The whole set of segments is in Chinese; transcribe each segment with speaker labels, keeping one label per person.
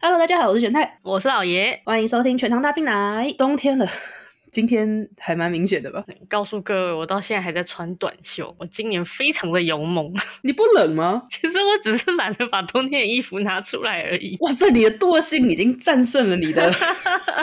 Speaker 1: Hello，大家好，我是玄太，
Speaker 2: 我是老爷，
Speaker 1: 欢迎收听《全糖大冰奶》。冬天了， 今天还蛮明显的吧？
Speaker 2: 告诉各位，我到现在还在穿短袖，我今年非常的勇猛。
Speaker 1: 你不冷吗？
Speaker 2: 其实我只是懒得把冬天的衣服拿出来而已。
Speaker 1: 哇塞，你的惰性已经战胜了你 的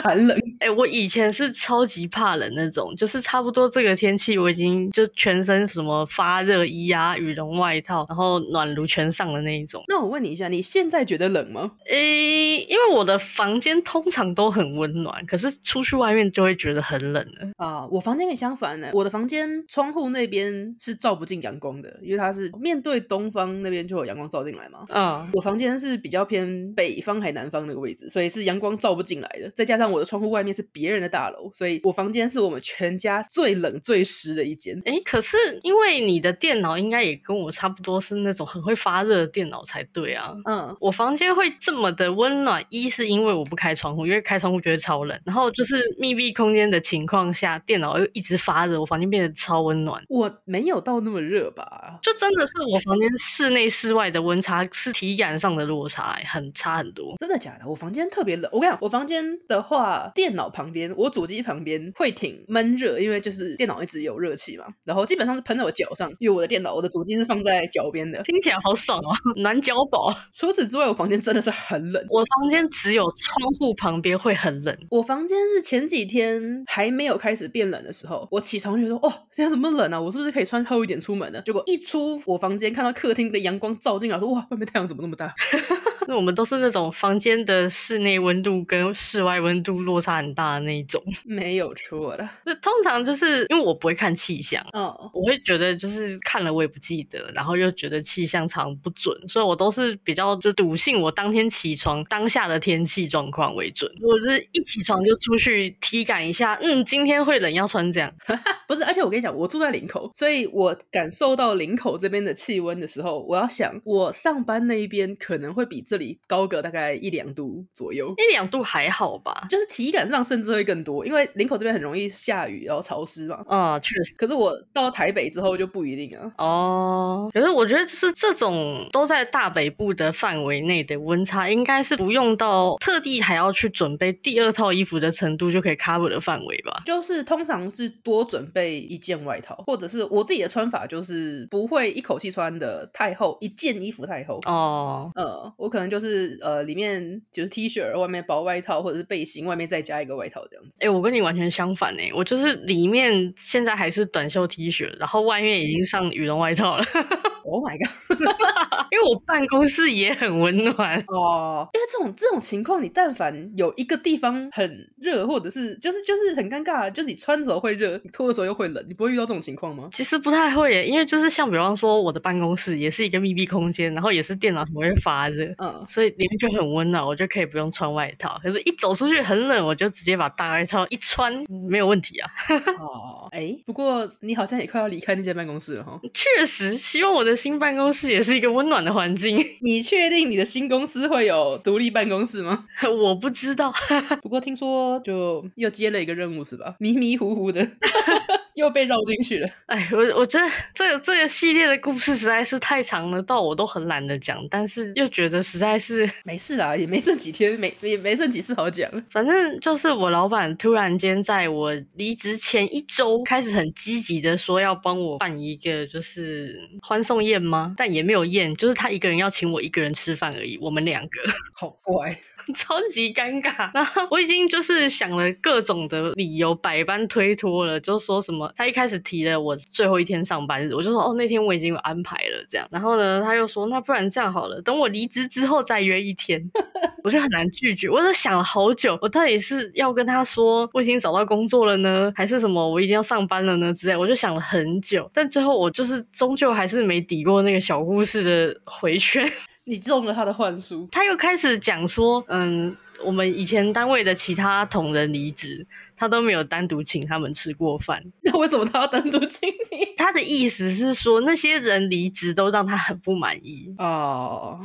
Speaker 1: 寒冷。
Speaker 2: 哎、我以前是超级怕冷那种，就是差不多这个天气，我已经就全身什么发热衣啊、羽绒外套，然后暖炉全上的那一种。
Speaker 1: 那我问你一下，你现在觉得冷吗？
Speaker 2: 诶、因为我的房间通常都很温暖，可是出去外面就会觉得很冷了。
Speaker 1: 啊、我房间也相反呢。我的房间窗户那边是照不进阳光的，因为它是面对东方那边就有阳光照进来嘛。
Speaker 2: 嗯，
Speaker 1: 我房间是比较偏北方还南方那个位置，所以是阳光照不进来的。再加上我的窗户外面是别人的大楼，所以我房间是我们全家最冷最湿的一间。
Speaker 2: 诶、哎可是因为你的电脑应该也跟我差不多是那种很会发热的电脑才对啊。
Speaker 1: 嗯，
Speaker 2: 我房间会这么的温暖，一是因为我不开窗户，因为开窗户觉得超冷。然后就是密闭空间的情况下，电脑又一直发热，我房间变得超温暖。
Speaker 1: 我没有到那么热吧？
Speaker 2: 就真的是我房间室内室外的温差是体感上的落差、欸，很差很多。
Speaker 1: 真的假的？我房间特别冷。我跟你讲，我房间的话，电脑旁边，我主机旁边会挺闷热，因为就是电脑一直有热气嘛。然后基本上是喷在我脚上，因为我的电脑，我的主机是放在脚边的。
Speaker 2: 听起来好爽哦， 暖脚宝。
Speaker 1: 除此之外，我房间真的是很冷。
Speaker 2: 我房间只有窗户旁边会很冷，
Speaker 1: 我房间是前几天还没有开始变冷的时候，我起床就说：“哦，现在怎么冷啊？我是不是可以穿厚一点出门呢？”结果一出我房间，看到客厅的阳光照进来，说：“哇，外面太阳怎么那么大
Speaker 2: 那我们都是那种房间的室内温度跟室外温度落差很大的那一种。？”
Speaker 1: 没有错了。
Speaker 2: 那通常就是因为我不会看气象，
Speaker 1: 哦，
Speaker 2: 我会觉得就是看了我也不记得，然后又觉得气象常不准，所以我都是比较就笃信我当天起床当下的天气状况为准。我就是一起床就出去体感一下，嗯，今天会冷，要穿这样。
Speaker 1: 不是，而且我跟你讲，我住在林口，所以我感受到林口这边的气温的时候，我要想，我上班那一边可能会比这里高个大概一两度左右。
Speaker 2: 一两度还好吧？
Speaker 1: 就是体感上甚至会更多，因为林口这边很容易下雨，然后潮湿嘛。
Speaker 2: 啊、确实。
Speaker 1: 可是我到台北之后就不一定啊。
Speaker 2: 哦，可是我觉得就是这种都在大北部的范围内的温差，应该是不用到特地还要去准备第二套衣服的程度就可以 cover 的范围吧？
Speaker 1: 就是通常是多准备一件外套，或者是我自己的穿法就是不会一口气穿的太厚，一件衣服太厚。
Speaker 2: 哦，
Speaker 1: 呃，我可能就是呃，里面就是 T 恤，外面薄外套，或者是背心，外面再加一个外套这样子。
Speaker 2: 哎、我跟你完全相反哎、我就是里面现在还是短袖 T 恤，然后外面已经上羽绒外套了，
Speaker 1: Oh my god！
Speaker 2: 因为我办公室也很温暖。
Speaker 1: 哦，因为这种这种情况，你但凡有一个地方很热，或者是就是就是很尴尬，啊就是你穿的时候会热，你脱的时候又会冷，你不会遇到这种情况吗？
Speaker 2: 其实不太会耶，因为就是像比方说我的办公室也是一个密闭空间，然后也是电脑很会发热，
Speaker 1: 嗯，
Speaker 2: 所以里面就很温暖，我就可以不用穿外套。可是，一走出去很冷，我就直接把大外套一穿，没有问题啊。
Speaker 1: 哦，哎，嗯不过你好像也快要离开那间办公室了哈。
Speaker 2: 确实，希望我的新办公室也是一个温暖的环境。
Speaker 1: 你确定你的新公司会有独立办公室吗？
Speaker 2: 我不知道，
Speaker 1: 不过听说就 又接了一个任务是吧？迷迷糊糊 的又被绕进去了。
Speaker 2: 哎，我我觉得这个这个系列的故事实在是太长了，到我都很懒得讲，但是又觉得实在是，
Speaker 1: 没事啦，也没剩几天，没也没剩几次好讲了。
Speaker 2: 反正就是我老板突然间在我离职前一周开始很积极的说要帮我办一个就是欢送宴吗？但也没有宴，就是他一个人要请我一个人吃饭而已，我们两个。
Speaker 1: 好怪，
Speaker 2: 超级尴尬。然后我已经就是想了各种的理由，百般推脱了，就说什么他一开始提了我最后一天上班日，我就说哦那天我已经有安排了这样。然后呢，他又说那不然这样好了，等我离职之后再约一天。我就很难拒绝，我都想了好久，我到底是要跟他说我已经找到工作了呢，还是什么我已经要上班了呢之类，我就想了很久，但最后我就是终究还是没抵过那个小故事的回圈。
Speaker 1: 你中了他的幻术。
Speaker 2: 他又开始讲说，嗯，我们以前单位的其他同仁离职，他都没有单独请他们吃过饭。
Speaker 1: 那为什么他要单独请你？
Speaker 2: 他的意思是说，那些人离职都让他很不满意。
Speaker 1: 哦，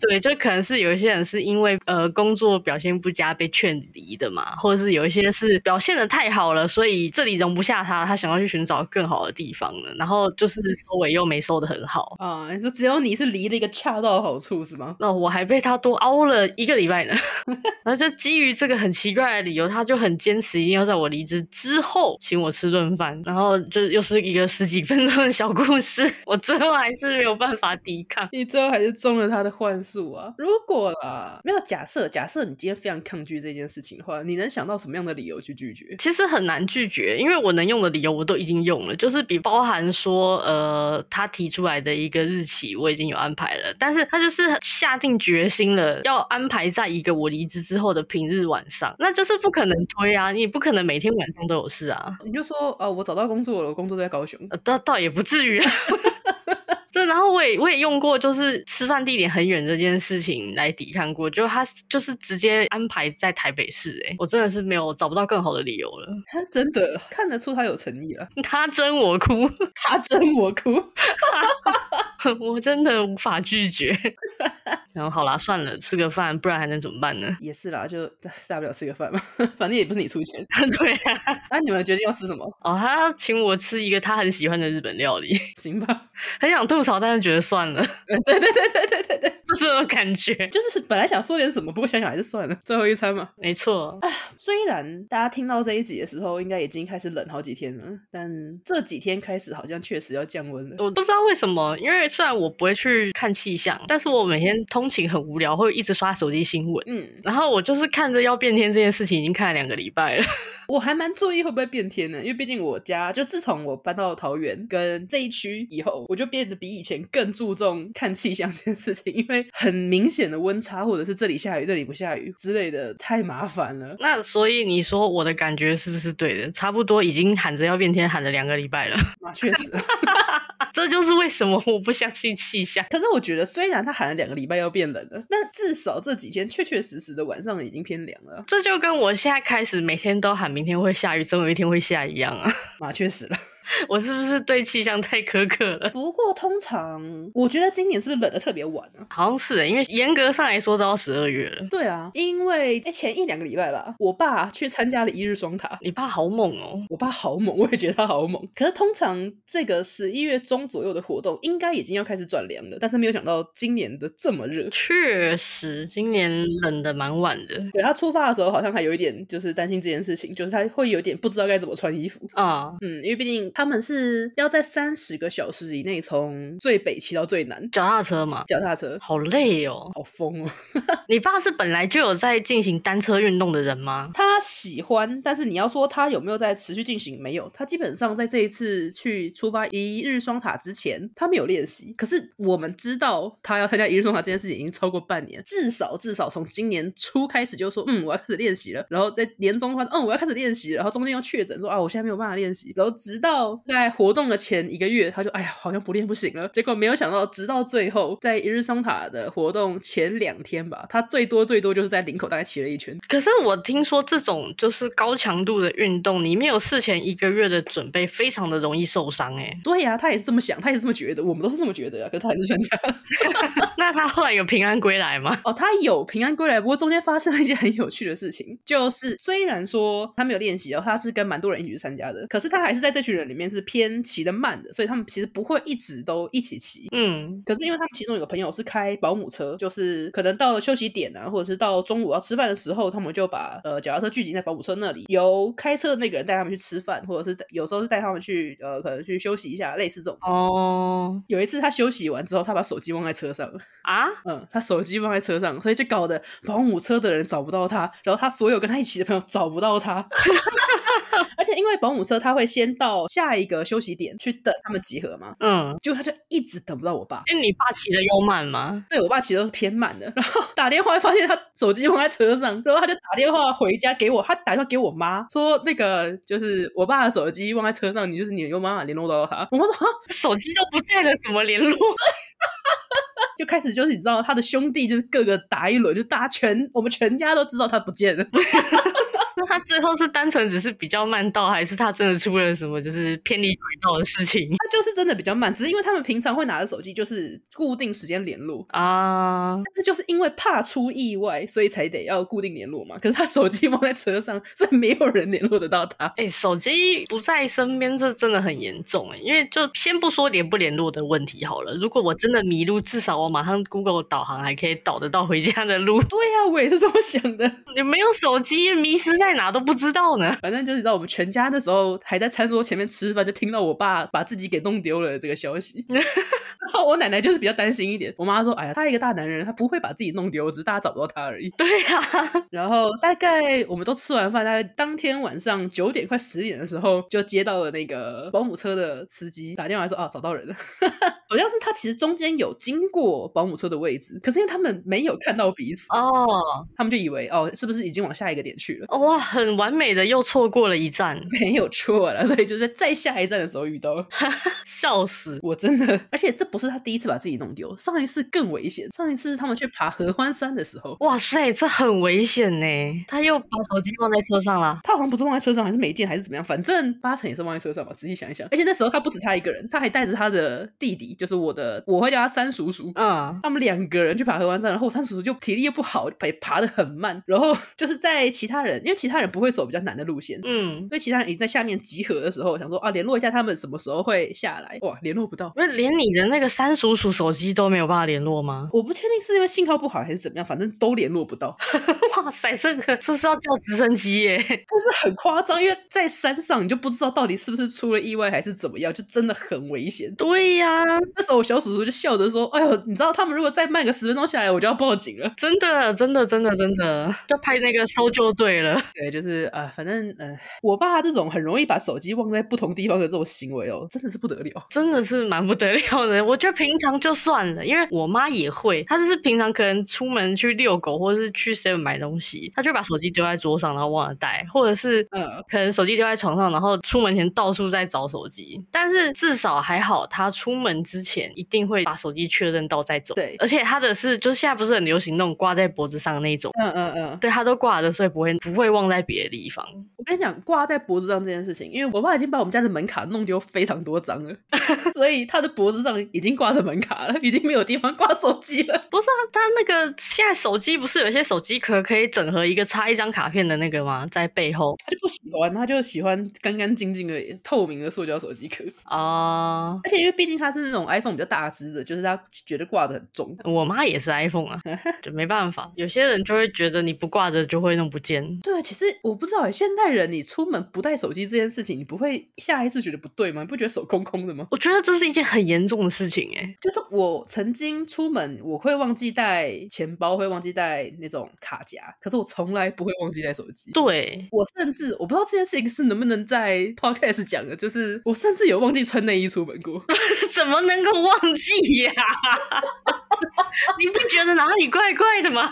Speaker 2: 对，就可能是有一些人是因为呃工作表现不佳被劝离的嘛，或者是有一些是表现的太好了，所以这里容不下他，他想要去寻找更好的地方了，然后就是收尾又没收的很好。
Speaker 1: 啊、你说只有你是离的一个恰到好处是吗？
Speaker 2: 那、我还被他多凹了一个礼拜呢， 然后就基于这个很奇怪的理由，他就很坚持一定要在我离职之后请我吃顿饭，然后就又是一个十几分钟的小故事，我最后还是没有办法抵抗。
Speaker 1: 你最后还是中了他的幻术啊！如果啦，没有假设，假设你今天非常抗拒这件事情的话，你能想到什么样的理由去拒绝？
Speaker 2: 其实很难拒绝，因为我能用的理由我都已经用了，就是比包含说，呃，他提出来的一个日期我已经有安排了，但是他就是下定决心了，要安排在一个我离职之后的平日晚上，那就是不可能推啊，你不可能每天晚上都有事啊，
Speaker 1: 你就说，呃，我找到工作了，我工作在高雄。
Speaker 2: 呃倒倒也不至于啊。 对，然后我也我也用过，就是吃饭地点很远这件事情来抵抗过，就他就是直接安排在台北市、欸，我真的是没有找不到更好的理由了，
Speaker 1: 他真的看得出他有诚意了，
Speaker 2: 他真我哭。
Speaker 1: 他真我哭。
Speaker 2: 我真的无法拒绝。 然后好啦，算了，吃个饭，不然还能怎么办呢？
Speaker 1: 也是啦，就大不了吃个饭嘛， 反正也不是你出钱。
Speaker 2: 对啊，
Speaker 1: 那、你们决定要吃什么？
Speaker 2: 哦，他要请我吃一个他很喜欢的日本料理，
Speaker 1: 行吧，
Speaker 2: 很想吐槽，但是觉得算了，
Speaker 1: 呃对对对对对对对，
Speaker 2: 就是那种感觉。
Speaker 1: 就是本来想说点什么，不过想想还是算了，最后一餐嘛。
Speaker 2: 没错，
Speaker 1: 虽然大家听到这一集的时候，应该已经开始冷好几天了，但这几天开始好像确实要降温了。
Speaker 2: 我不知道为什么，因为虽然我不会去看气象，但是我每天通勤很无聊，会一直刷手机新闻。
Speaker 1: 嗯，
Speaker 2: 然后我就是看着要变天这件事情，已经看了两个礼拜了。
Speaker 1: 我还蛮注意会不会变天的，因为毕竟我家就自从我搬到桃园跟这一区以后，我就变得比以前更注重看气象这件事情，因为很明显的温差或者是这里下雨那里不下雨之类的，太麻烦了。
Speaker 2: 那所以你说我的感觉是不是对的？差不多已经喊着要变天，喊了两个礼拜了。
Speaker 1: 啊，确实。
Speaker 2: 这就是为什么我不相信气象。
Speaker 1: 可是我觉得，虽然他喊了两个礼拜要变冷了，那至少这几天确确实实的晚上已经偏凉了。
Speaker 2: 这就跟我现在开始每天都喊明天会下雨，总有一天会下一样啊！
Speaker 1: 嘛，确实了。
Speaker 2: 我是不是对气象太苛刻了？
Speaker 1: 不过通常，我觉得今年是不是冷的特别晚啊？
Speaker 2: 好像是，欸因为严格上来说都要十二月了。
Speaker 1: 对啊，因为哎前一两个礼拜吧，我爸去参加了一日双塔。
Speaker 2: 你爸好猛哦！
Speaker 1: 我爸好猛，我也觉得他好猛。可是通常这个十一月中左右的活动，应该已经要开始转凉了，但是没有想到今年的这么热。
Speaker 2: 确实，今年冷的蛮晚的
Speaker 1: 对他出发的时候，好像还有一点就是担心这件事情，就是他会有点不知道该怎么穿衣服。
Speaker 2: 啊。
Speaker 1: 嗯，因为毕竟他们是要在三十个小时以内从最北骑到最南，
Speaker 2: 脚踏车嘛，
Speaker 1: 脚踏车
Speaker 2: 好累哦。
Speaker 1: 好疯哦。
Speaker 2: 你爸是本来就有在进行单车运动的人吗？
Speaker 1: 他喜欢，但是你要说他有没有在持续进行，没有。他基本上在这一次去出发一日双塔之前，他没有练习。可是我们知道他要参加一日双塔这件事情已经超过半年，至少至少从今年初开始就说，嗯，我要开始练习了。然后在年终的话，嗯，我要开始练习了。然后中间又确诊说啊，我现在没有办法练习。然后直到在活动的前一个月，他就哎呀，好像不练不行了。结果没有想到，直到最后，在一日双塔的活动前两天吧，他最多最多就是在林口大概骑了一圈。
Speaker 2: 可是我听说这种就是高强度的运动，你没有事前一个月的准备，非常的容易受伤哎、
Speaker 1: 对呀、他也是这么想，他也是这么觉得，我们都是这么觉得啊。可是他还是参加了。
Speaker 2: 那他后来有平安归来吗？
Speaker 1: 哦，他有平安归来，不过中间发生了一件很有趣的事情，就是虽然说他没有练习哦，他是跟蛮多人一起去参加的，可是他还是在这群人里面是偏骑的慢的，所以他们其实不会一直都一起骑。
Speaker 2: 嗯，
Speaker 1: 可是因为他们其中有个朋友是开保姆车，就是可能到了休息点啊，或者是到中午要吃饭的时候，他们就把呃脚踏车聚集在保姆车那里，由开车的那个人带他们去吃饭，或者是有时候是带他们去呃可能去休息一下，类似这种。
Speaker 2: 哦
Speaker 1: 有一次他休息完之后，他把手机忘在车上了。
Speaker 2: 啊，
Speaker 1: 嗯，他手机放在车上，所以就搞得保姆车的人找不到他，然后他所有跟他一起的朋友找不到他。 而且因为保姆车他会先到下一个休息点去等他们集合嘛，
Speaker 2: 嗯，
Speaker 1: 结果他就一直等不到我爸。
Speaker 2: 哎，你爸骑的又慢吗？
Speaker 1: 对我爸骑都是偏慢的，然后打电话发现他手机放在车上，然后他就打电话回家给我，他打电话给我妈说那个就是我爸的手机忘在车上，你就是你跟妈妈联络到他。我妈说哈，
Speaker 2: 手机都不在了，怎么联络？
Speaker 1: 就开始就是你知道他的兄弟就是各个打一轮，就大家全我们全家都知道他不见了。
Speaker 2: 那他最后是单纯只是比较慢到，还是他真的出了什么就是偏离轨道的事情
Speaker 1: 他就是真的比较慢，只是因为他们平常会拿着手机，就是固定时间联络。
Speaker 2: 啊
Speaker 1: 但是就是因为怕出意外，所以才得要固定联络嘛。可是他手机忘在车上，所以没有人联络得到他。
Speaker 2: 哎、手机不在身边，这真的很严重哎、因为就先不说联不联络的问题好了，如果我真的迷路，至少我马上 Google 导航还可以导得到回家的路。
Speaker 1: 对呀、我也是这么想的。
Speaker 2: 你没有手机，迷失在哪都不知道呢。
Speaker 1: 反正就是你知道，我们全家那时候还在餐桌前面吃饭，就听到我爸把自己给弄丢了这个消息。然后我奶奶就是比较担心一点，我妈说：“哎呀，他一个大男人，他不会把自己弄丢，只是大家找不到他而已。
Speaker 2: 对呀、啊，”
Speaker 1: 然后大概我们都吃完饭，大概当天晚上九点快十点的时候，就接到了那个保姆车的司机打电话来说：“啊，找到人了。”好像是他其实中间有经过保姆车的位置，可是因为他们没有看到彼此，
Speaker 2: 哦，
Speaker 1: 他们就以为哦，是不是已经往下一个点去了？
Speaker 2: 哇，很完美的又错过了一站，
Speaker 1: 没有错了，所以就在再下一站的时候遇到了。
Speaker 2: 笑死！
Speaker 1: 我真的，而且这不是他第一次把自己弄丢，上一次更危险。上一次他们去爬合欢山的时候，
Speaker 2: 哇塞，这很危险呢。他又把手机忘在车上啦。
Speaker 1: 他好像不是忘在车上，还是没电，还是怎么样？反正八成也是忘在车上吧。仔细想一想，而且那时候他不止他一个人，他还带着他的弟弟，就是我的，我会叫他三叔叔。
Speaker 2: 嗯，
Speaker 1: 他们两个人去爬合欢山，然后我三叔叔就体力又不好，也爬得很慢。然后就是在其他人，因为其他人不会走比较难的路线，
Speaker 2: 嗯，
Speaker 1: 因为其他人已经在下面集合的时候，想说啊联络一下他们什么时候会下来，哇联络不到，
Speaker 2: 那连你的那个三叔叔手机都没有办法联络吗？
Speaker 1: 我不确定是因为信号不好还是怎么样，反正都联络不到，
Speaker 2: 哇塞，这个这是要叫直升机耶！
Speaker 1: 但是很夸张，因为在山上你就不知道到底是不是出了意外还是怎么样，就真的很危险。
Speaker 2: 对呀、
Speaker 1: 那时候我小叔叔就笑着说：“哎呦，你知道他们如果再慢个十分钟下来，我就要报警了。
Speaker 2: 真的，真的，真的，真的，就派那个搜救队了。”
Speaker 1: 对，就是呃，反正呃，我爸这种很容易把手机忘在不同地方的这种行为哦，真的是不得了。
Speaker 2: 真的是蛮不得了的。我觉得平常就算了，因为我妈也会，她就是平常可能出门去遛狗，或者是去 seven 买东西，她就把手机丢在桌上，然后忘了带，或者是
Speaker 1: 嗯，
Speaker 2: 可能手机丢在床上，然后出门前到处在找手机。但是至少还好，她出门之前一定会把手机确认到再走。
Speaker 1: 对
Speaker 2: 而且她的是，就是现在不是很流行那种挂在脖子上的那种。
Speaker 1: 嗯嗯嗯，
Speaker 2: 对，她都挂着，所以不会不会忘在别的地方。
Speaker 1: 我跟你讲，挂在脖子上这件事情，因为我爸已经把我们家的门卡弄丢非常多张 了，所以他的脖子上已经挂着门卡了，已经没有地方挂手机了。
Speaker 2: 不是啊，他那个现在手机不是有些手机壳可以整合一个插一张卡片的那个吗？在背后
Speaker 1: 他就不喜欢，他就喜欢干干净净的透明的塑胶手机壳，
Speaker 2: 啊、
Speaker 1: 而且因为毕竟他是那种 iPhone 比较大只的，就是他觉得挂着很重。
Speaker 2: 我妈也是 iPhone 啊，就没办法，有些人就会觉得你不挂着就会弄不见。
Speaker 1: 对，其实我不知道欸，现代人你出门不带手机这件事情，你不会下意识觉得不对吗？你不觉得手空空的吗？
Speaker 2: 我觉得这是一件很严重的事情哎、
Speaker 1: 就是我曾经出门，我会忘记带钱包，会忘记带那种卡夹，可是我从来不会忘记带手机。
Speaker 2: 对，
Speaker 1: 我甚至我不知道这件事情是能不能在 podcast 讲的，就是我甚至有忘记穿内衣出门过。
Speaker 2: 怎么能够忘记呀、 你不觉得哪里怪怪的吗？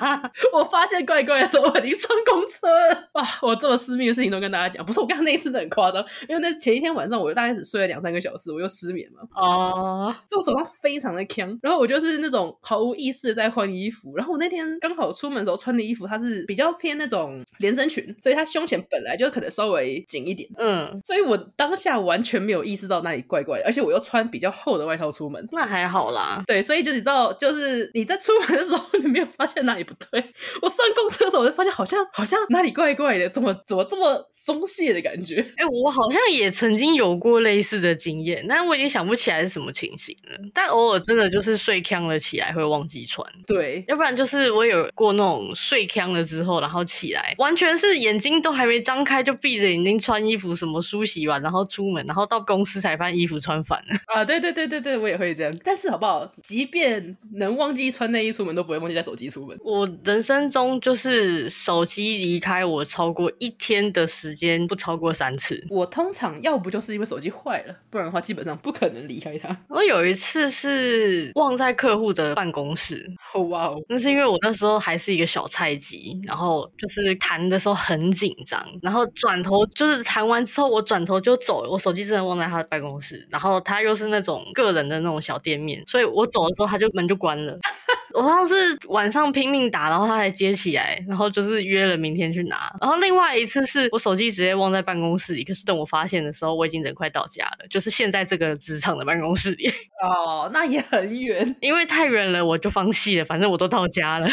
Speaker 1: 我发现怪怪的时候，我已经上公车了。哇，我这么私密的事情都跟大家讲，不是我刚刚那一次真的很夸张，因为那前一天晚上我就大概只睡了两三个小时，我又失眠嘛，
Speaker 2: 哦、
Speaker 1: 所以我早上非常的呛，然后我就是那种毫无意识的在换衣服，然后我那天刚好出门的时候穿的衣服它是比较偏那种连身裙，所以它胸前本来就可能稍微紧一点。
Speaker 2: 嗯，
Speaker 1: 所以我当下完全没有意识到那里怪怪的，而且我又穿比较厚的外套出门，
Speaker 2: 那还好啦。
Speaker 1: 对，所以就你知道，就是你在出门的时候，你没有发现哪里不对。我上公车的时候，我就发现好像好像哪里怪怪的，怎么怎么这么松懈的感觉？
Speaker 2: 哎、我好像也曾经有过类似的经验，但我已经想不起来是什么情形了。但偶尔真的就是睡呛了起来，会忘记穿。
Speaker 1: 对，
Speaker 2: 要不然就是我有过那种睡呛了之后，然后起来，完全是眼睛都还没张开就闭着眼睛穿衣服，什么梳洗完然后出门，然后到公司才发现衣服穿反了。
Speaker 1: 啊，对对对对对，我也会这样。但是好不好？即便能忘记穿内衣出门，都不会忘记带手机出门。
Speaker 2: 我人生中就是手机离开我超过一天的时间，不超过三次。
Speaker 1: 我通常要不就是因为手机坏了，不然的话基本上不可能离开它。
Speaker 2: 我有一次是忘在客户的办公室，
Speaker 1: 哦哇哦，
Speaker 2: 那是因为我那时候还是一个小菜鸡，然后就是弹的时候很紧张，然后转头就是弹完之后，我转头就走了，我手机真的忘在他的办公室，然后他又是那种个人的那种小店面，所以我走的时候他就门就关了。 我上次晚上拼命打，然后他才接起来，然后就是约了明天去拿。然后另外一次是我手机直接忘在办公室里，可是等我发现的时候，我已经人快到家了，就是现在这个职场的办公室里，
Speaker 1: 哦，那也很远。
Speaker 2: 因为太远了，我就放弃了，反正我都到家了。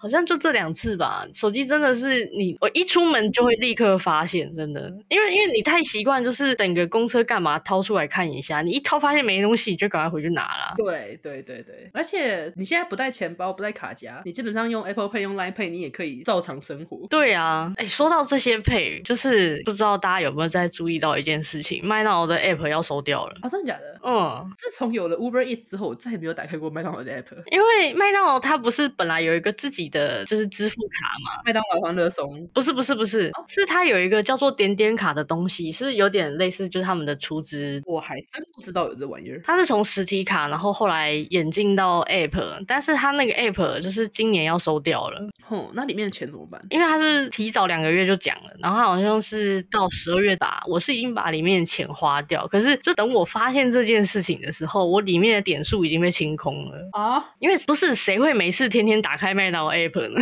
Speaker 2: 好像就这两次吧，手机真的是你，我一出门就会立刻发现，真的，因为因为你太习惯，就是等个公车干嘛掏出来看一下，你一掏发现没东西，你就赶快回去拿啦。
Speaker 1: 对对对对，而且你现在不带钱包，不带卡夹，你基本上用 Apple Pay、用 Line Pay，你也可以照常生活。
Speaker 2: 对啊，哎，说到这些配，就是不知道大家有没有在注意到一件事情，麦当劳的 app 要收掉了。
Speaker 1: 啊，真的假的？
Speaker 2: 嗯，
Speaker 1: 自从有了 Uber Eats 之后，我再也没有打开过麦当劳的 app。
Speaker 2: 因为麦当劳它不是本来有一个自己的就是支付卡嘛？
Speaker 1: 麦当劳欢乐松
Speaker 2: 不是不是不是，是它有一个叫做点点卡的东西，是有点类似就是他们的出资。
Speaker 1: 我还真不知道有这玩意儿。
Speaker 2: 它是从实体卡，然后后来演进到 App，但是它那个 App 就是今年要收掉了，
Speaker 1: 哦，那里面的钱怎么办？
Speaker 2: 因为它是提早两个月就讲了，然后它好像是到十二月吧，我是已经把里面的钱花掉，可是就等我发现这件事情的时候，我里面的点数已经被清空了，
Speaker 1: 啊，
Speaker 2: 因为不是谁会没事天天打开麦当劳 App 呢？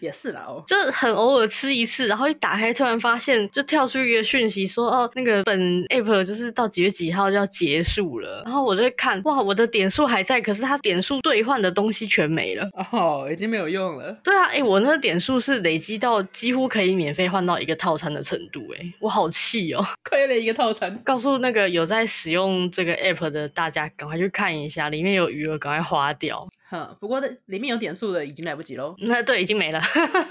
Speaker 1: 也是啦哦。
Speaker 2: 就是很偶尔吃一次，然后一打开突然发现就跳出一个讯息说哦，那个本 app 就是到几月几号就要结束了，然后我就会看哇，我的点数还在，可是它点数兑换的东西全没了。
Speaker 1: 哦，已经没有用了。
Speaker 2: 对啊，诶，我那个点数是累积到几乎可以免费换到一个套餐的程度，诶，我好气哦！
Speaker 1: 亏了一个套餐。
Speaker 2: 告诉那个有在使用这个 app 的大家，赶快去看一下，里面有余额，赶快花掉。
Speaker 1: 哈，不过那里面有点数的已经来不及喽。
Speaker 2: 那对，已经没了，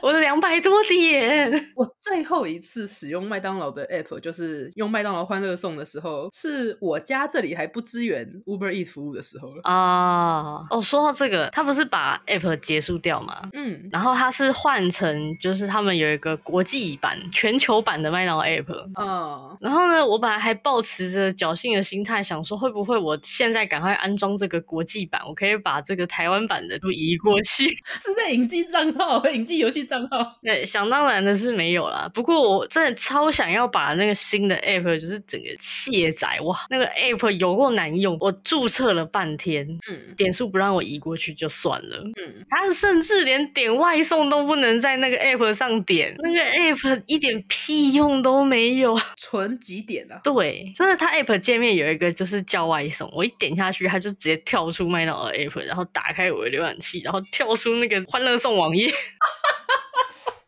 Speaker 2: 我的两百多点。
Speaker 1: 我最后一次使用麦当劳的 app 就是用麦当劳欢乐颂的时候，是我家这里还不支援 Uber Eats 服务的时候了。
Speaker 2: 啊，哦，说到这个，他不是把 App 结束掉吗？
Speaker 1: 嗯，
Speaker 2: 然后他是换成，就是他们有一个国际版、全球版的麦当劳 App。
Speaker 1: 哦，
Speaker 2: 然后呢，我本来还抱持着侥幸的心态，想说会不会我现在赶快安装这个国际版，我可以把这个台湾版的都移过去。
Speaker 1: 是在引进账号， 引进游戏账号。
Speaker 2: 对，想当然的是没有啦。不过我真的超想要把那个新的 app 就是整个卸载，哇，那个 app 有够难用，我注册了半天，
Speaker 1: 嗯
Speaker 2: 点数不让我移过去就算了，
Speaker 1: 嗯，
Speaker 2: 他甚至连点外送都不能在那个 app 上点，那个 app 一点屁用都没有。
Speaker 1: 存几点啊？
Speaker 2: 对，就是它 app 界面有一个就是叫外送，我一点下去，它就直接跳出麦当劳的 app，然后打开我的浏览器，然后跳出那个欢乐颂网页。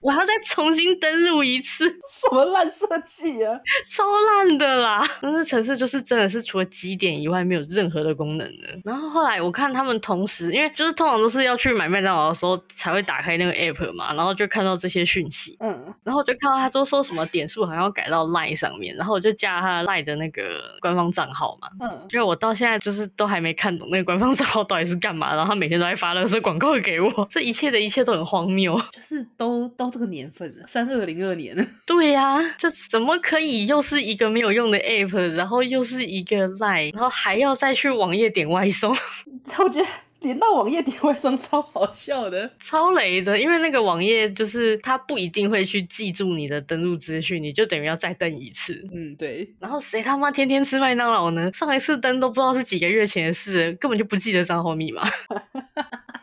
Speaker 2: 我还要再重新登入一次，
Speaker 1: 什么烂设计啊！
Speaker 2: 超烂的 啦！但是城市就是真的是除了几点以外没有任何的功能的。然后后来我看他们同时，因为就是通常都是要去买麦当劳的时候才会打开那个 app 嘛，然后就看到这些讯息，
Speaker 1: 嗯，
Speaker 2: 然后我就看到他都说什么点数好像要改到 line 上面，然后我就加他 line 的那个官方账号嘛。
Speaker 1: 嗯，
Speaker 2: 就我到现在就是都还没看懂那个官方账号到底是干嘛，然后他每天都在发垃圾广告给我， 这一切的一切都很荒谬。
Speaker 1: 就是都都这个年份了，三二零二年了。
Speaker 2: 对呀、就怎么可以又是一个没有用的 app，然后又是一个 line，然后还要再去网页点外 送，
Speaker 1: 我觉得连到网页 点外送超好笑的。
Speaker 2: 超雷的。因为那个网页就是它不一定会去记住你的登录资讯，你就等于要再登一次。
Speaker 1: 嗯，对，
Speaker 2: 然后谁他妈天天吃麦当劳呢？上一次登都不知道是几个月前的事，根本就不记得账号密码。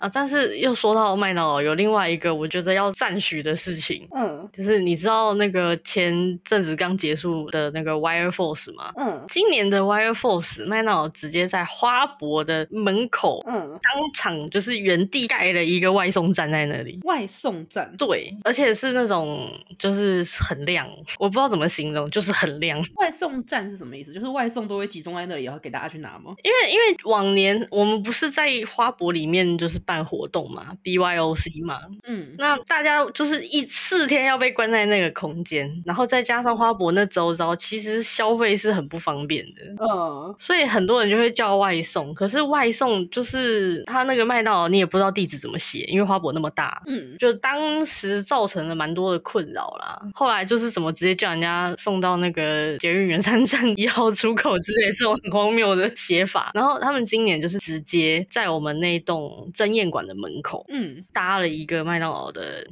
Speaker 2: 啊，但是又说到麦当劳，有另外一个我觉得要赞许的事情，
Speaker 1: 嗯
Speaker 2: 就是你知道那个前阵子刚结束的那个 Wire Force 吗？
Speaker 1: 嗯
Speaker 2: 今年的 Wire Force 麦当劳直接在花博的门口
Speaker 1: 嗯，
Speaker 2: 当场就是原地盖了一个外送站在那里。
Speaker 1: 外送站
Speaker 2: 对，而且是那种就是很亮，我不知道怎么形容，就是很亮。
Speaker 1: 外送站是什么意思？就是外送都会集中在那里，然后给大家去拿吗？
Speaker 2: 因为因为往年我们不是在花博里面就是办活动嘛，BYOC 嘛，
Speaker 1: 嗯
Speaker 2: 那大家就是一四天要被关在那个空间，然后再加上花博那周遭，其实消费是很不方便的。
Speaker 1: 嗯，
Speaker 2: 所以很多人就会叫外送，可是外送就是他那个麦当劳，你也不知道地址怎么写，因为花博那么大，
Speaker 1: 嗯，
Speaker 2: 就当时造成了蛮多的困扰啦。后来就是怎么直接叫人家送到那个捷运圆山站一号出口之类这种很荒谬的写法。然后他们今年就是直接在我们那栋针面馆的门口
Speaker 1: 嗯，
Speaker 2: 搭了一个麦当劳的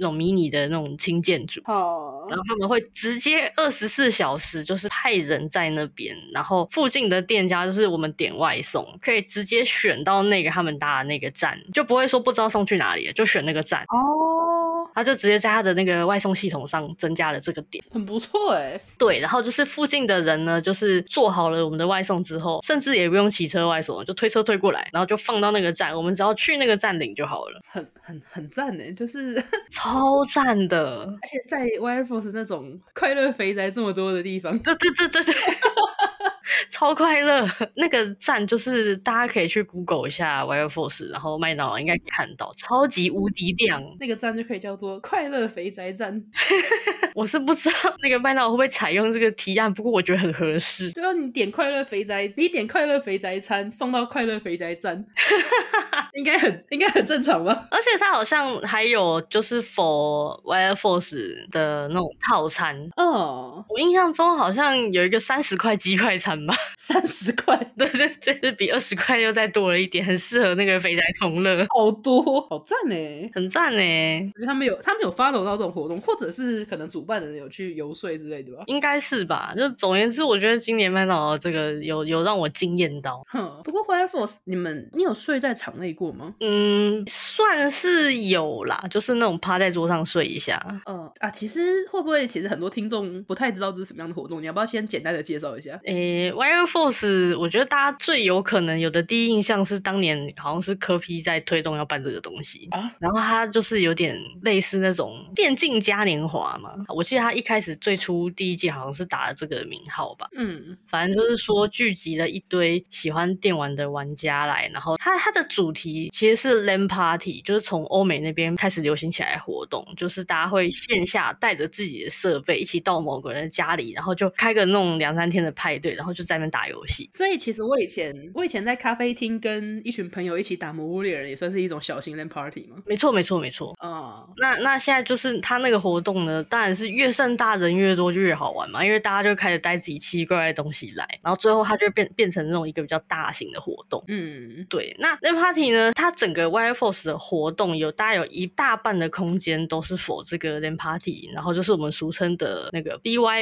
Speaker 2: 那种迷你的那种轻建筑。
Speaker 1: 好
Speaker 2: 然后他们会直接二十四小时，就是派人在那边，然后附近的店家就是我们点外送，可以直接选到那个他们搭的那个站，就不会说不知道送去哪里，就选那个站。
Speaker 1: 哦，
Speaker 2: 他就直接在他的那个外送系统上增加了这个点，
Speaker 1: 很不错哎，
Speaker 2: 对，然后就是附近的人呢，就是做好了我们的外送之后，甚至也不用骑车外送，就推车推过来，然后就放到那个站，我们只要去那个站领就好了，
Speaker 1: 很很很赞哎，就是 而
Speaker 2: 超赞的！
Speaker 1: 且在 Wire Force 那种快乐肥宅这么多的地方，
Speaker 2: 对对对对对， 超快乐。那个站就是大家可以去 Google 一下 Wire Force，然后麦当劳应该可以看到，超级无敌亮。
Speaker 1: 那个站就可以叫做快乐肥宅站。
Speaker 2: 我是不知道那个麦当劳会不会采用这个提案，不过我觉得很合适。
Speaker 1: 对啊，你点快乐肥宅，你点快乐肥宅餐送到快乐肥宅 站，应该很应该很正常吧？
Speaker 2: 而且它好像还有就是 for Wire Force 的那种套餐，
Speaker 1: 哦，
Speaker 2: 我印象中好像有一个三十块鸡快餐吧，
Speaker 1: 三十块，
Speaker 2: 对对对，是比二十块又再多了一点，很适合那个肥宅同乐，
Speaker 1: 好多，好赞哎！
Speaker 2: 很赞欸呢，
Speaker 1: 我觉得他们有他们有 follow 到这种活动，或者是可能主办人有去游说之类的吧。
Speaker 2: 应该是吧？就总而言之，我觉得今年麦当劳这个有有让我惊艳到，
Speaker 1: 哼，不过 Fire Force，你们你有睡在场内过吗？
Speaker 2: 嗯，算是有啦，就是那种趴在桌上睡一下。
Speaker 1: 呃啊，其实会不会其实很多听众不太知道这是什么样的活动？你要不要先简单的介绍一下？
Speaker 2: 诶、w i r e Force，我觉得大家最有可能有的第一印象是当年好像是科批在推动要办这个东西，
Speaker 1: 啊，
Speaker 2: 然后它就是有点类似那种电竞嘉年华嘛。我记得它一开始最初第一季好像是打了这个名号吧，
Speaker 1: 嗯，
Speaker 2: 反正就是说聚集了一堆喜欢电玩的玩家来，然后它它的主题其实是 LAN Party，就是从欧美那边开始流行起来的活动，就是大家会线下带着自己的设备一起到某个人的家里，然后就开个那种两三天的派对，然后就在那边打游戏。
Speaker 1: 所以其实我以前我以前在咖啡厅跟一群朋友一起打《魔物猎人》，也算是一种小型 LAN party 嘛。
Speaker 2: 没错，没错，没错。
Speaker 1: 啊、
Speaker 2: 那那现在就是他那个活动呢，当然是越盛大人越多就越好玩嘛，因为大家就开始带自己奇奇怪怪的东西来，然后最后它就变变成那种一个比较大型的活动。
Speaker 1: 嗯，
Speaker 2: 对，那那 party 呢？它整个 Wire Force 的活动有大概有一大半的空间都是否这个 LAN party，然后就是我们俗称的那个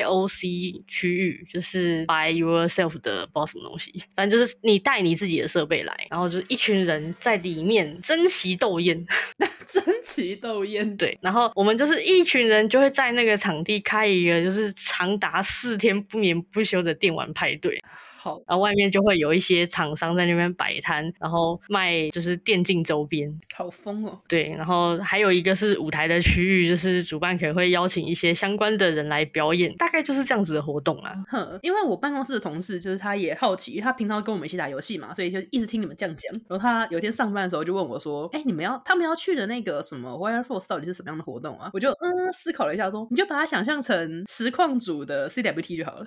Speaker 2: BYOC 区域，就是 By Yourself 的不知道什么东西，反正就是你带你自己的设备来，然后就是一群人在里面争奇斗艳，
Speaker 1: 争奇斗艳，
Speaker 2: 对，然后我们就是一群人就会在那个场地开一个就是长达四天不眠不休的电玩派对，
Speaker 1: 好
Speaker 2: 然后外面就会有一些厂商在那边摆摊，然后卖就是电竞周边，
Speaker 1: 好疯哦。
Speaker 2: 对，然后还有一个是舞台的区域，就是主办可能会邀请一些相关的人来表演，大概就是这样子的活动啦。
Speaker 1: 哼，因为我办公室的同事就是他也好奇，因为他平常跟我们一起打游戏嘛，所以就一直听你们这样讲。然后他有一天上班的时候就问我说：“哎、你们要他们要去的那个什么 Wire Force 到底是什么样的活动啊？”我就嗯思考了一下说：“你就把它想象成实况组的 CWT 就好了，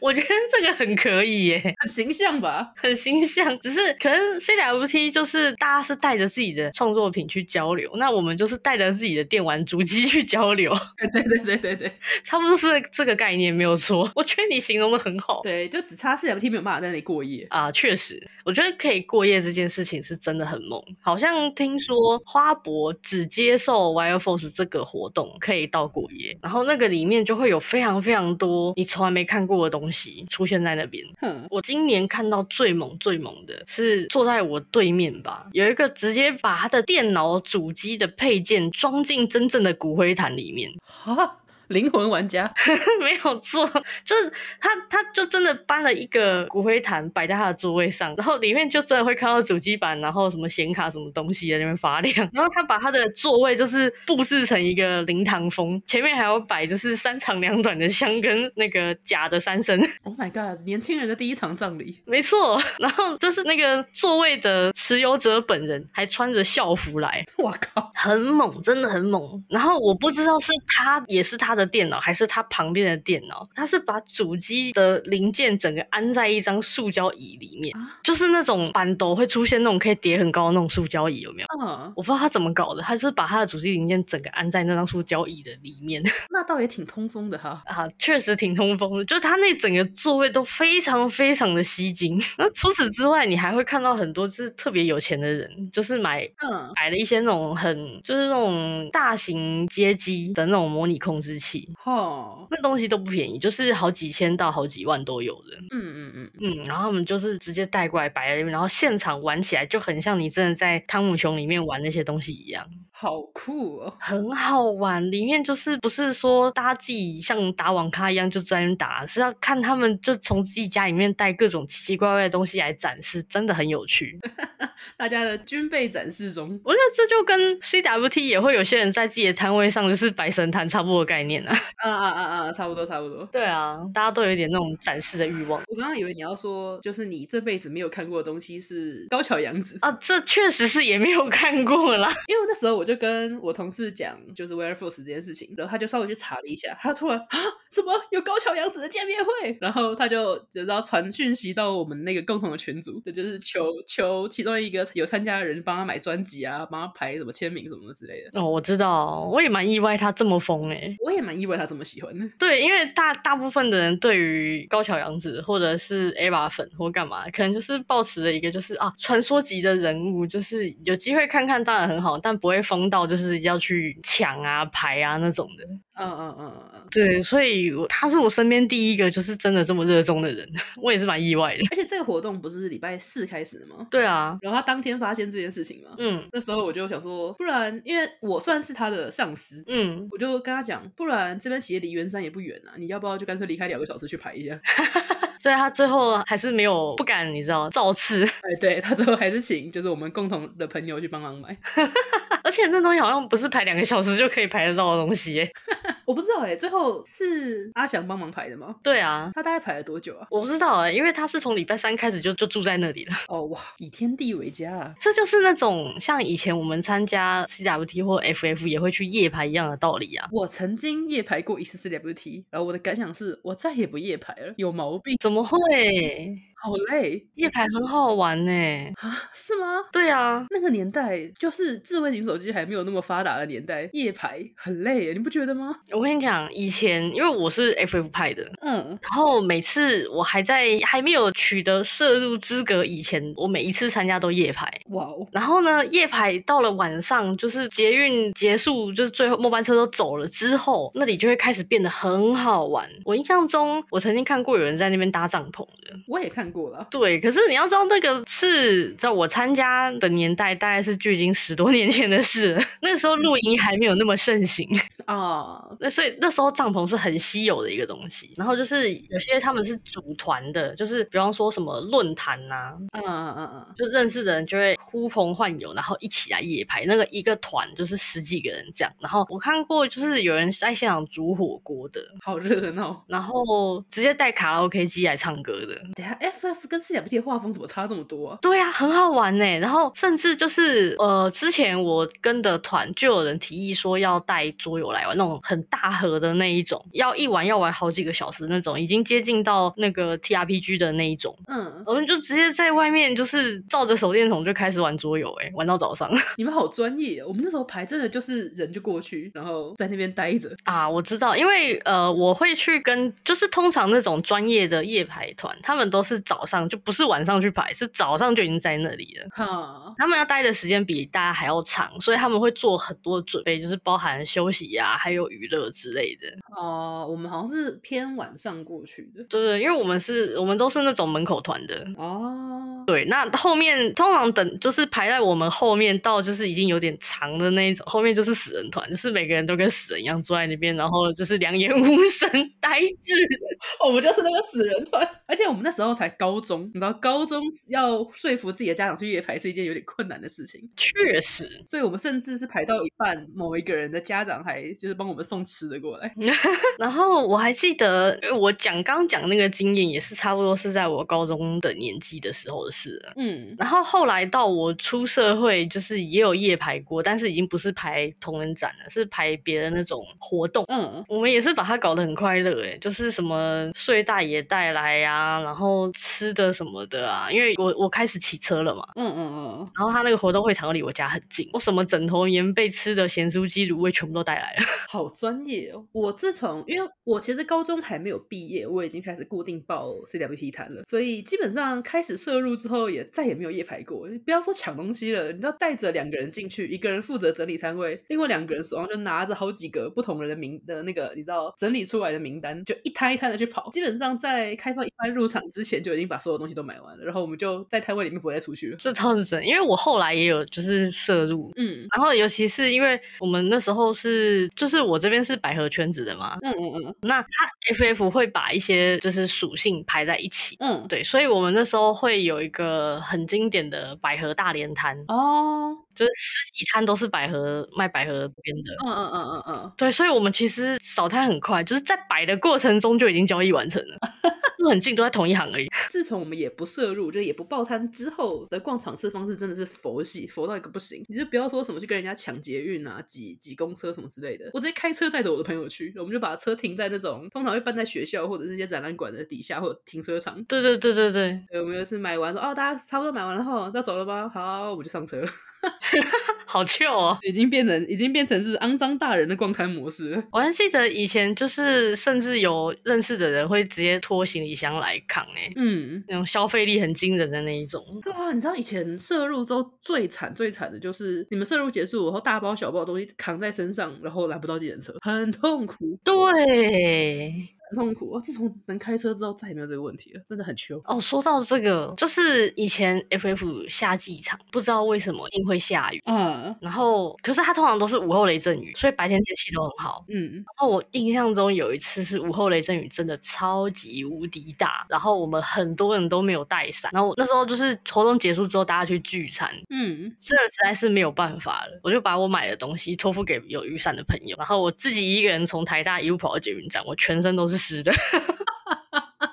Speaker 2: 我觉得这个很可以耶，
Speaker 1: 很形象吧
Speaker 2: 很形象。只是可能 CWT 就是大家是带着自己的创作品去交流，那我们就是带着自己的电玩主机去交流，？”
Speaker 1: 对对对对对
Speaker 2: 差不多是这个概念没有错。我觉得你形容的很好。
Speaker 1: 对，就只差 CWT 没有办法在那里过夜。
Speaker 2: 啊，确实，我觉得可以过夜这件事情是真的很猛。好像听说花博只接受 Wire Force 这个活动可以到过夜，然后那个里面就会有非常非常多你从来没看过的东西出现在那边。
Speaker 1: 哼，
Speaker 2: 我今年看到最猛最猛的是坐在我对面吧，有一个直接把他的电脑主机的配件装进真正的骨灰坛里面，
Speaker 1: 哈，灵魂玩家，
Speaker 2: 没有做，就是他他就真的搬了一个骨灰坛摆在他的座位上，然后里面就真的会看到主机板，然后什么显卡什么东西在那边发亮， 然后他把他的座位就是布置成一个灵堂风，前面还要摆就是三长两短的香跟那个假的三牲，
Speaker 1: Oh my god！年轻人的第一场葬礼，
Speaker 2: 没错， 然后就是那个座位的持有者本人还穿着校服来，
Speaker 1: 我靠！
Speaker 2: 很猛，真的很猛。然后我不知道是他也是他的电脑还是他旁边的电脑，他是把主机的零件整个安在一张塑胶椅里面，
Speaker 1: 啊
Speaker 2: 就是那种板斗会出现那种可以叠很高的那种塑胶椅，有没有？
Speaker 1: 嗯，
Speaker 2: 我不知道他怎么搞的，他就是把他的主机零件整个安在那张塑胶椅的里面
Speaker 1: 那倒也挺通风的哈。
Speaker 2: 啊，确实挺通风的。就他那整个座位都非常非常的吸睛。 那除此之外，你还会看到很多就是特别有钱的人，就是买
Speaker 1: 嗯，
Speaker 2: 买了一些那种很就是那种大型街机的那种模拟控制器，
Speaker 1: 哦，
Speaker 2: 那东西都不便宜，就是好几千到好几万都有的。
Speaker 1: 嗯嗯嗯，
Speaker 2: 嗯，然后他们就是直接带过来摆在那边，然后现场玩起来就很像你真的在汤姆熊里面玩那些东西一样，
Speaker 1: 好酷哦。
Speaker 2: 很好玩。里面就是不是说大家自己像打网咖一样就专门打，是要看他们就从自己家里面带各种奇奇怪怪的东西来展示，真的很有趣。
Speaker 1: 大家的军备展示中，
Speaker 2: 我觉得这就跟 CWT 也会有些人在自己的摊位上就是摆神坛差不多的概念啊。
Speaker 1: 啊啊啊啊，差不多差不多。
Speaker 2: 对啊，大家都有一点那种展示的欲望。
Speaker 1: 我刚刚以为你要说，就是你这辈子没有看过的东西是高桥洋子，
Speaker 2: 啊，这确实是也没有看过啦。
Speaker 1: 因为那时候我就跟我同事讲，就是 w e r e Force 这件事情，然后他就稍微去查了一下，他突然啊，什么有高桥洋子的见面会，然后他就就是要传讯息到我们那个共同的群组，这就是求求其中一个有参加的人帮他买专辑啊，帮他排什么签名什么之类的。
Speaker 2: 哦，我知道，我也蛮意外他这么疯诶、欸
Speaker 1: 我也蛮意外他这么喜欢的，
Speaker 2: 对，因为大大部分的人对于高桥洋子或者是 ABBA 粉或干嘛，可能就是抱持了一个就是啊，传说级的人物，就是有机会看看当然很好，但不会疯到就是要去抢啊、排啊那种的。
Speaker 1: 嗯嗯嗯嗯嗯。
Speaker 2: 对，所以我他是我身边第一个就是真的这么热衷的人， 我也是蛮意外的。
Speaker 1: 而且这个活动不是礼拜四开始的吗？
Speaker 2: 对啊，
Speaker 1: 然后他当天发现这件事情嘛，
Speaker 2: 嗯
Speaker 1: 那时候我就想说，不然因为我算是他的上司，
Speaker 2: 嗯，
Speaker 1: 我就跟他讲，不然这边其实离圆山也不远啊，你要不要就干脆离开两个小时去排一下？
Speaker 2: 所以他最后还是没有不敢，你知道，造次。
Speaker 1: 哎，对他最后还是请就是我们共同的朋友去帮忙买。
Speaker 2: 而且那东西好像不是排两个小时就可以排得到的东西耶。
Speaker 1: 我不知道哎、最后是阿翔帮忙排的吗？
Speaker 2: 对啊，
Speaker 1: 他大概排了多久啊？
Speaker 2: 我不知道哎，因为他是从礼拜三开始就就住在那里了。
Speaker 1: 哦哇，以天地为家啊！
Speaker 2: 这就是那种像以前我们参加 CWT 或 FF 也会去夜排一样的道理啊。
Speaker 1: 我曾经夜排过一次次 WT，然后我的感想是我再也不夜排了，有毛病，
Speaker 2: 怎么会？
Speaker 1: 好累
Speaker 2: 夜排很好玩呢。
Speaker 1: 啊？是吗？
Speaker 2: 对啊，
Speaker 1: 那个年代就是智慧型手机还没有那么发达的年代，夜排很累欸，你不觉得吗？
Speaker 2: 我跟你讲，以前因为我是 FF 派的，
Speaker 1: 嗯，
Speaker 2: 然后每次我还在还没有取得摄入资格以前，我每一次参加都夜排。
Speaker 1: 哇哦，
Speaker 2: 然后呢，夜排到了晚上，就是捷运结束，就是最后末班车都走了之后，那里就会开始变得很好玩。我印象中，我曾经看过有人在那边搭帐篷的。
Speaker 1: 我也看过了，
Speaker 2: 对，可是你要知道，那个是在我参加的年代，大概是距今十多年前的事了。 那个时候露营还没有那么盛行，
Speaker 1: 啊，
Speaker 2: 那所以那时候帐篷是很稀有的一个东西。然后就是有些他们是组团的，就是比方说什么论坛呐、
Speaker 1: 嗯嗯嗯嗯，
Speaker 2: 就认识的人就会呼朋唤友，然后一起来夜排。那个一个团就是十几个人这样。然后我看过，就是有人在现场煮火锅的，
Speaker 1: 嗯好热闹。
Speaker 2: 然后直接带卡拉 OK 机来唱歌的。
Speaker 1: 等一下，FF 跟四角不的画风怎么差这么多啊？
Speaker 2: 对啊，很好玩呢。然后甚至就是呃，之前我跟的团就有人提议说要带桌游来玩，那种很大盒的那一种，要一玩要玩好几个小时那种，已经接近到那个 TRPG 的那一种。
Speaker 1: 嗯，
Speaker 2: 我们就直接在外面就是照着手电筒就开始玩桌游，哎，玩到早上。
Speaker 1: 你们好专业哦。我们那时候排真的就是人就过去，然后在那边待着。
Speaker 2: 啊，我知道，因为呃，我会去跟，就是通常那种专业的夜排团，他们都是早上，就不是晚上去排，是早上就已经在那里了。
Speaker 1: 哈，
Speaker 2: 他们要待的时间比大家还要长，所以他们会做很多准备，就是包含休息呀、还有娱乐之类的。
Speaker 1: 哦，我们好像是偏晚上过去的。
Speaker 2: 对对，因为我们是，我们都是那种门口团的。
Speaker 1: 哦，
Speaker 2: 对，那后面通常等就是排在我们后面到就是已经有点长的那一种，后面就是死人团，就是每个人都跟死人一样坐在那边，然后就是两眼无神，呆滞。
Speaker 1: 哦我们就是那个死人团，而且我们那时候才高中，你知道，高中要说服自己的家长去夜排是一件有点困难的事情，
Speaker 2: 确实，
Speaker 1: 所以我们甚至是排到一半，某一个人的家长还
Speaker 3: 就是帮我们送吃的过来。
Speaker 2: 然后我还记得因为我讲刚讲那个经验也是差不多是在我高中的年纪的时候的事了。
Speaker 1: 嗯，
Speaker 2: 然后后来到我出社会，就是也有夜排过，但是已经不是排同人展了，是排别的那种活动。
Speaker 1: 嗯，
Speaker 2: 我们也是把它搞得很快乐，诶，就是什么睡袋也带来呀、然后吃的什么的啊，因为我我开始骑车了嘛，
Speaker 1: 嗯嗯嗯，
Speaker 2: 然后他那个活动会场离我家很近，我什么枕头、棉被、吃的、咸酥鸡、卤味全部都带来了。
Speaker 1: 好专业哦！我自从因为我其实高中还没有毕业，我已经开始固定报 CWT 摊了，所以基本上开始摄入之后，也再也没有夜排过。不要说抢东西了，你知道带着两个人进去，一个人负责整理摊位，另外两个人手上就拿着好几个不同人的名的那个，你知道整理出来的名单，就一摊一摊的去跑。基本上在开放一般入场之前，就已经把所有东西都买完了，然后我们就在摊位里面不会再出去了。
Speaker 2: 这倒是真的，因为我后来也有就是摄入。
Speaker 1: 嗯
Speaker 2: 然后，尤其是因为我们那时候是，就是我这边是百合圈子的嘛，
Speaker 1: 嗯嗯
Speaker 2: 那它 FF 会把一些就是属性排在一起，
Speaker 1: 嗯嗯，
Speaker 2: 对，所以我们那时候会有一个很经典的百合大连摊，
Speaker 1: 哦，
Speaker 2: 就是十几摊都是百合卖百合边的。
Speaker 1: 嗯嗯嗯嗯嗯，
Speaker 2: 对，所以我们其实扫摊很快，就是在摆的过程中就已经交易完成了， 就很近，都在同一行而已。
Speaker 1: 自从我们也不摄入，就也不报摊之后的逛场次方式真的是佛系，佛到一个不行。你就不要说什么去跟人家抢捷运啊、挤挤公车什么之类的，我直接开车带着我的朋友去，我们就把车停在那种通常会办在学校或者是一些展览馆的底下或者停车场。
Speaker 2: 对对对对对，
Speaker 1: 对，我们就是买完说哦，大家差不多买完了后要走了吗？好，我们就上车了。
Speaker 2: 好旧哦。
Speaker 1: 已经变成已经变成是肮脏大人的逛摊模式了。
Speaker 2: 我还记得以前就是，甚至有认识的人会直接拖行李箱来扛诶、
Speaker 1: 嗯，
Speaker 2: 那种消费力很惊人的那一种。
Speaker 1: 对啊，你知道以前摄入之后最惨最惨的就是你们摄入结束，然后大包小包的东西扛在身上，然后拦不到计程车，很痛苦，
Speaker 2: 对，
Speaker 1: 很痛苦。哦、自从能开车之后，再也没有这个问题了，真的很穷。
Speaker 2: 哦，说到这个，就是以前 FF 夏季场，不知道为什么一定会下雨。
Speaker 1: 啊，
Speaker 2: 然后，可是它通常都是午后雷阵雨，所以白天天气都很好。
Speaker 1: 嗯，
Speaker 2: 然后我印象中有一次是午后雷阵雨，真的超级无敌大，然后我们很多人都没有带伞，然后我那时候就是活动结束之后大家去聚餐，
Speaker 1: 嗯，
Speaker 2: 真的实在是没有办法了，我就把我买的东西托付给有雨伞的朋友，然后我自己一个人从台大一路跑到捷运站，我全身都是湿的。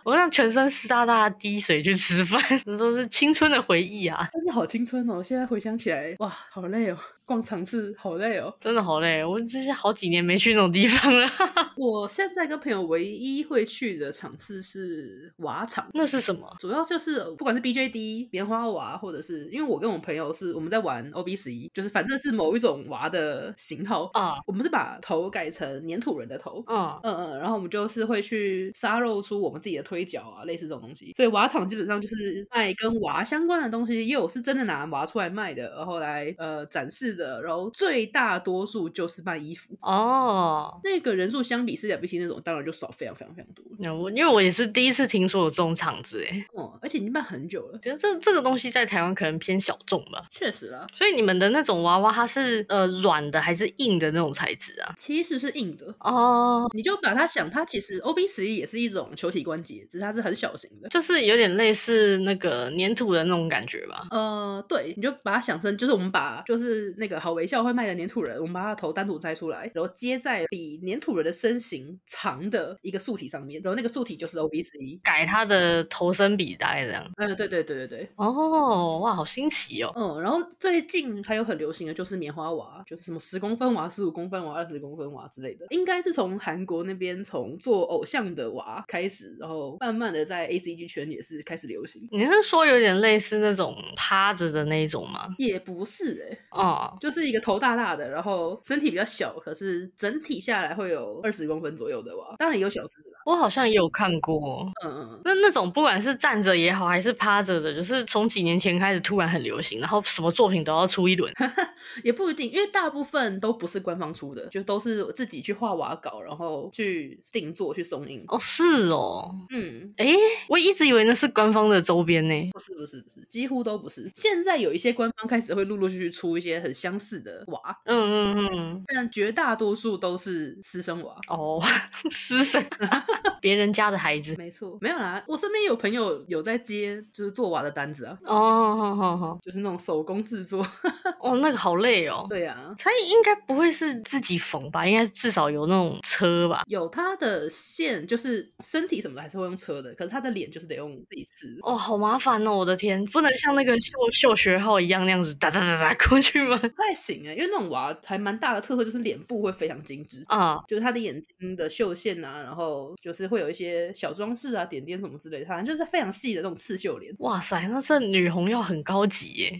Speaker 2: 我让全身湿哒哒的滴水去吃饭， 这都是青春的回忆啊！
Speaker 1: 真的好青春哦！现在回想起来，哇，好累哦，逛场次好累哦。
Speaker 2: 真的好累，我这些好几年没去那种地方了。
Speaker 1: 我现在跟朋友唯一会去的场次是瓦场，
Speaker 2: 那是什么？
Speaker 1: 主要就是不管是 BJD 棉花娃，或者是因为我跟我朋友是我们在玩 OB 十一，就是反正是某一种娃的型号
Speaker 2: 啊
Speaker 1: 我们是把头改成粘土人的头。
Speaker 2: 嗯，
Speaker 1: 嗯嗯，然后我们就是会去沙肉出我们自己的推脚啊，类似这种东西。所以娃厂基本上就是卖跟娃相关的东西，也有是真的拿娃出来卖的，然后来呃展示的。然后最大多数就是卖衣服，
Speaker 2: 哦，
Speaker 1: 那个人数相比 CWC 那种当然就少非常非常非常多了。
Speaker 2: 那我因为我也是第一次听说有这种场子，哎，
Speaker 1: 哦、而且已经办很久了，
Speaker 2: 觉得这这个东西在台湾可能偏小众吧。
Speaker 1: 确实啦，
Speaker 2: 所以你们的那种娃娃，它是呃软的还是硬的那种材质啊？
Speaker 1: 其实是硬的，
Speaker 2: 哦，
Speaker 1: 你就把它想，它其实 O B 十一也是一种球体关节，只是它是很小型的。
Speaker 2: 就是有点类似那个粘土的那种感觉吧。
Speaker 1: 呃，对，你就把它想成就是我们把就是那个好微笑会卖的粘土人，我们把它的头单独摘出来，然后接在比粘土人的身形长的一个素体上面，然后那个素体就是 O B 十一。
Speaker 2: 改它的头身比带这样
Speaker 1: 嗯，对对对对对，
Speaker 2: 哦，哇，好新奇哦！
Speaker 1: 嗯，然后最近还有很流行的就是棉花娃，就是什么十公分娃、十五公分娃、二十公分娃之类的，应该是从韩国那边从做偶像的娃开始，然后慢慢的在 A C G 圈也是开始流行。
Speaker 2: 你是说有点类似那种趴着的那一种吗？
Speaker 1: 也不是哎、
Speaker 2: 哦，
Speaker 1: 就是一个头大大的，然后身体比较小，可是整体下来会有二十公分左右的娃，当然也有小只的啦。
Speaker 2: 我好像也有看过。
Speaker 1: 嗯嗯嗯，
Speaker 2: 那那种不管是站着也好，还是趴着的，就是从几年前开始突然很流行，然后什么作品都要出一轮。
Speaker 1: 也不一定，因为大部分都不是官方出的，就都是自己去画娃稿，然后去定做、去送印。
Speaker 2: 哦，是哦，
Speaker 1: 嗯，
Speaker 2: 诶，我一直以为那是官方的周边呢。
Speaker 1: 不是不是不是，几乎都不是。现在有一些官方开始会陆陆续续出一些很相似的娃，
Speaker 2: 嗯嗯嗯，
Speaker 1: 但绝大多数都是私生娃。
Speaker 2: 哦，私生，别人家的孩子。
Speaker 1: 没错，没有啦，我身边有朋友有在接就是做瓦的单子啊，
Speaker 2: 哦，好好好，
Speaker 1: 就是那种手工制作。
Speaker 2: 哦，那个好累哦。
Speaker 1: 对啊，
Speaker 2: 他应该不会是自己缝吧？应该至少有那种车吧？
Speaker 1: 有他的线，就是身体什么的还是会用车的，可是他的脸就是得用自己刺。
Speaker 2: 哦，好麻烦哦！我的天，不能像那个秀秀学号一样那样子哒哒哒哒 过去吗？
Speaker 1: 不太行啊、因为那种娃还蛮大的特色就是脸部会非常精致，
Speaker 2: 啊，
Speaker 1: 就是他的眼睛的绣线啊，然后就是会有一些小装饰啊、点点什么之类的，反正就是非常细的那种刺绣脸。
Speaker 2: 哇塞，那这女红要很高级耶！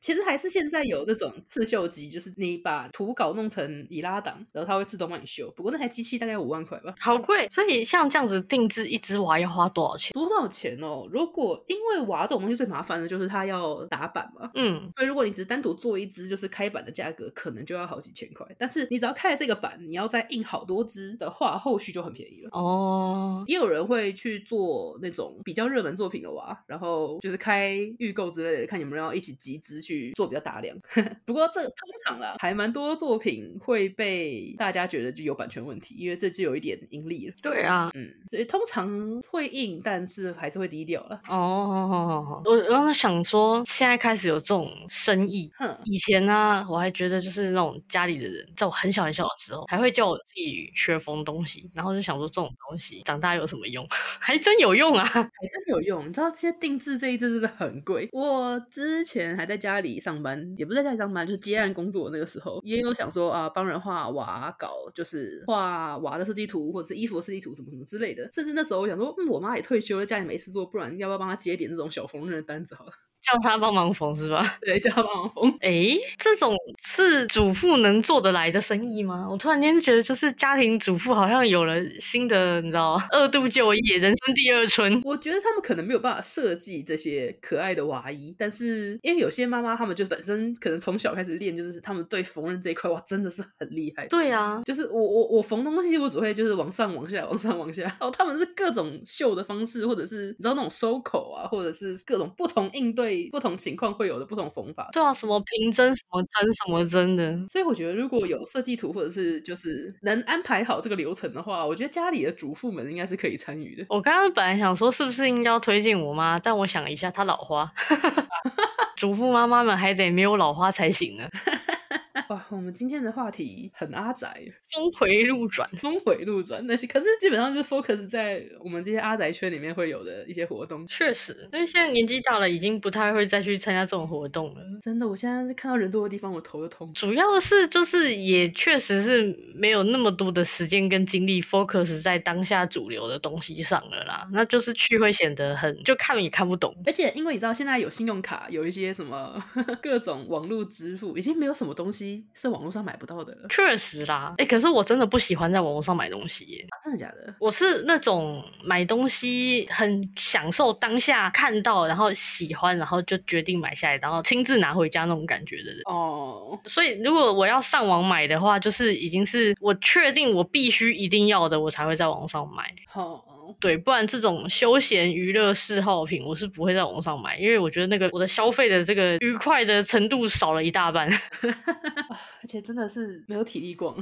Speaker 1: 其实还是现在有那种刺绣机，就是你把图稿弄成以拉档，然后它会自动帮你绣。不过那台机器大概五万块吧，
Speaker 2: 好贵，所以像这样子定制一只娃要花多少钱？
Speaker 1: 多少钱哦？如果因为娃这种东西最麻烦的就是它要打板嘛。
Speaker 2: 嗯，
Speaker 1: 所以，如果你只是单独做一只，就是开版的价格可能就要好几千块。但是你只要开了这个版，你要再印好多只的话，后续就很便宜了。
Speaker 2: 哦，
Speaker 1: 也有人会去做那种比较热门作品的娃，然后就是开预购之类的，看你们要一起集资去做比较大量。 不过这个通常啦，还蛮多作品会被大家觉得就有版权问题，因为这就有一点盈利了。
Speaker 2: 对啊，
Speaker 1: 嗯，所以通常会印，但是还是会低调了。
Speaker 2: 哦，我我刚才想说，现在开始有这种生意。
Speaker 1: 哼，
Speaker 2: 以前呢、我还觉得就是那种家里的人，在我很小很小的时候，还会叫我自己学缝东西，然后就想说这种东西长大有什么用？ 还真有用啊！
Speaker 1: 还真有用，你知道现在定制这一支真的很贵。我之前还在家里上班，也不是在家里上班，就是接案工作的那个时候，也有想说啊，帮人画娃稿，就是画娃的设计图或者是衣服的设计图什么什么之类的。甚至那时候我想说，嗯，我妈也退休了，家里没事做，不然要不要帮她接点这种小缝纫的单子好了？
Speaker 2: 叫他帮忙缝是吧？
Speaker 1: 对，叫她帮忙缝。
Speaker 2: 诶，这种是主妇能做得来的生意吗？我突然间觉得，就是家庭主妇好像有了新的，你知道吗？二度就业，人生第二春。
Speaker 1: 我觉得他们可能没有办法设计这些可爱的娃衣，但是因为有些妈妈她们就本身可能从小开始练，就是她们对缝纫这一块哇真的是很厉害。
Speaker 2: 对啊，
Speaker 1: 就是我我我缝东西，我只会就是往上往下往上往下。哦，他们是各种绣的方式，或者是你知道那种收口啊，或者是各种不同应对不同情况会有的不同缝法。
Speaker 2: 对啊，什么平针、什么针、什么针的，
Speaker 1: 所以我觉得，如果有设计图或者是就是能安排好这个流程的话，我觉得家里的主妇们应该是可以参与的。
Speaker 2: 我刚刚本来想说是不是应该要推荐我妈，但我想了一下，她老花， 主妇妈妈们还得没有老花才行呢。
Speaker 1: 哇，我们今天的话题很阿宅，
Speaker 2: 峰回路转，
Speaker 1: 峰回路转那些，可是基本上就是 focus 在我们这些阿宅圈里面会有的一些活动。
Speaker 2: 确实，因为现在年纪大了，已经不太会再去参加这种活动了。
Speaker 1: 真的，我现在看到人多的地方，我头都痛。
Speaker 2: 主要是就是也确实是没有那么多的时间跟精力 focus 在当下主流的东西上了啦，那就是去会显得很就看也看不懂。
Speaker 1: 而且因为你知道，现在有信用卡，有一些什么 各种网络支付，已经没有什么东西是网络上买不到的了。
Speaker 2: 确实啦，哎、可是我真的不喜欢在网络上买东西耶。
Speaker 1: 啊真的假的？
Speaker 2: 我是那种买东西很享受当下看到，然后喜欢，然后就决定买下来，然后亲自拿回家那种感觉的人。
Speaker 1: 哦，
Speaker 2: 所以如果我要上网买的话，就是已经是我确定我必须一定要的，我才会在网上买。
Speaker 1: 好，
Speaker 2: 对，不然这种休闲娱乐嗜好品，我是不会在网上买，因为我觉得那个我的消费的这个愉快的程度少了一大半
Speaker 1: 而且真的是没有体力逛。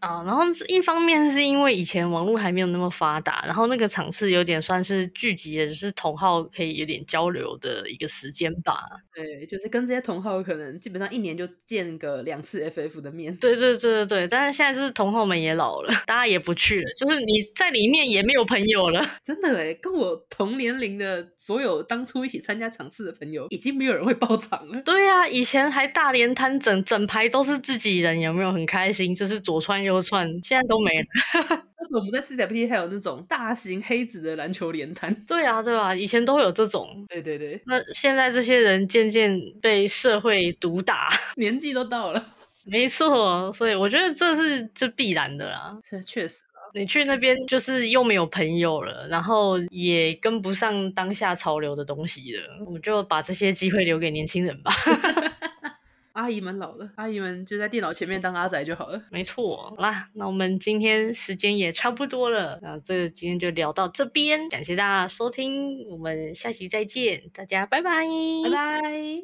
Speaker 2: 啊。然后一方面是因为以前网络还没有那么发达，然后那个场次有点算是聚集的，就是同好可以有点交流的一个时间吧。
Speaker 1: 对，就是跟这些同好可能基本上一年就见个两次 FF 的面。
Speaker 2: 对对对对对，但是现在就是同好们也老了，大家也不去了，就是你在里面也没有朋友了。
Speaker 1: 真的哎，跟我同年龄的所有当初一起参加场次的朋友，已经没有人会包场了。
Speaker 2: 对呀、以前还大连摊整整排都是自己人，有没有很开心？就是左窜右窜，现在都没了。
Speaker 1: 但是我们在 CWP 还有那种大型黑子的篮球联摊。
Speaker 2: 对啊，对啊，以前都会有这种。
Speaker 1: 对对对，
Speaker 2: 那现在这些人渐渐被社会毒打，
Speaker 1: 年纪都到了，
Speaker 2: 没错，所以我觉得这是这必然的啦。
Speaker 1: 是确实。
Speaker 2: 你去那边就是又没有朋友了，然后也跟不上当下潮流的东西了，我们就把这些机会留给年轻人吧。
Speaker 1: 阿姨们老了，阿姨们就在电脑前面当阿仔就好了。
Speaker 2: 没错，好啦，那我们今天时间也差不多了，那这个今天就聊到这边，感谢大家收听，我们下期再见，大家拜拜
Speaker 1: 拜拜。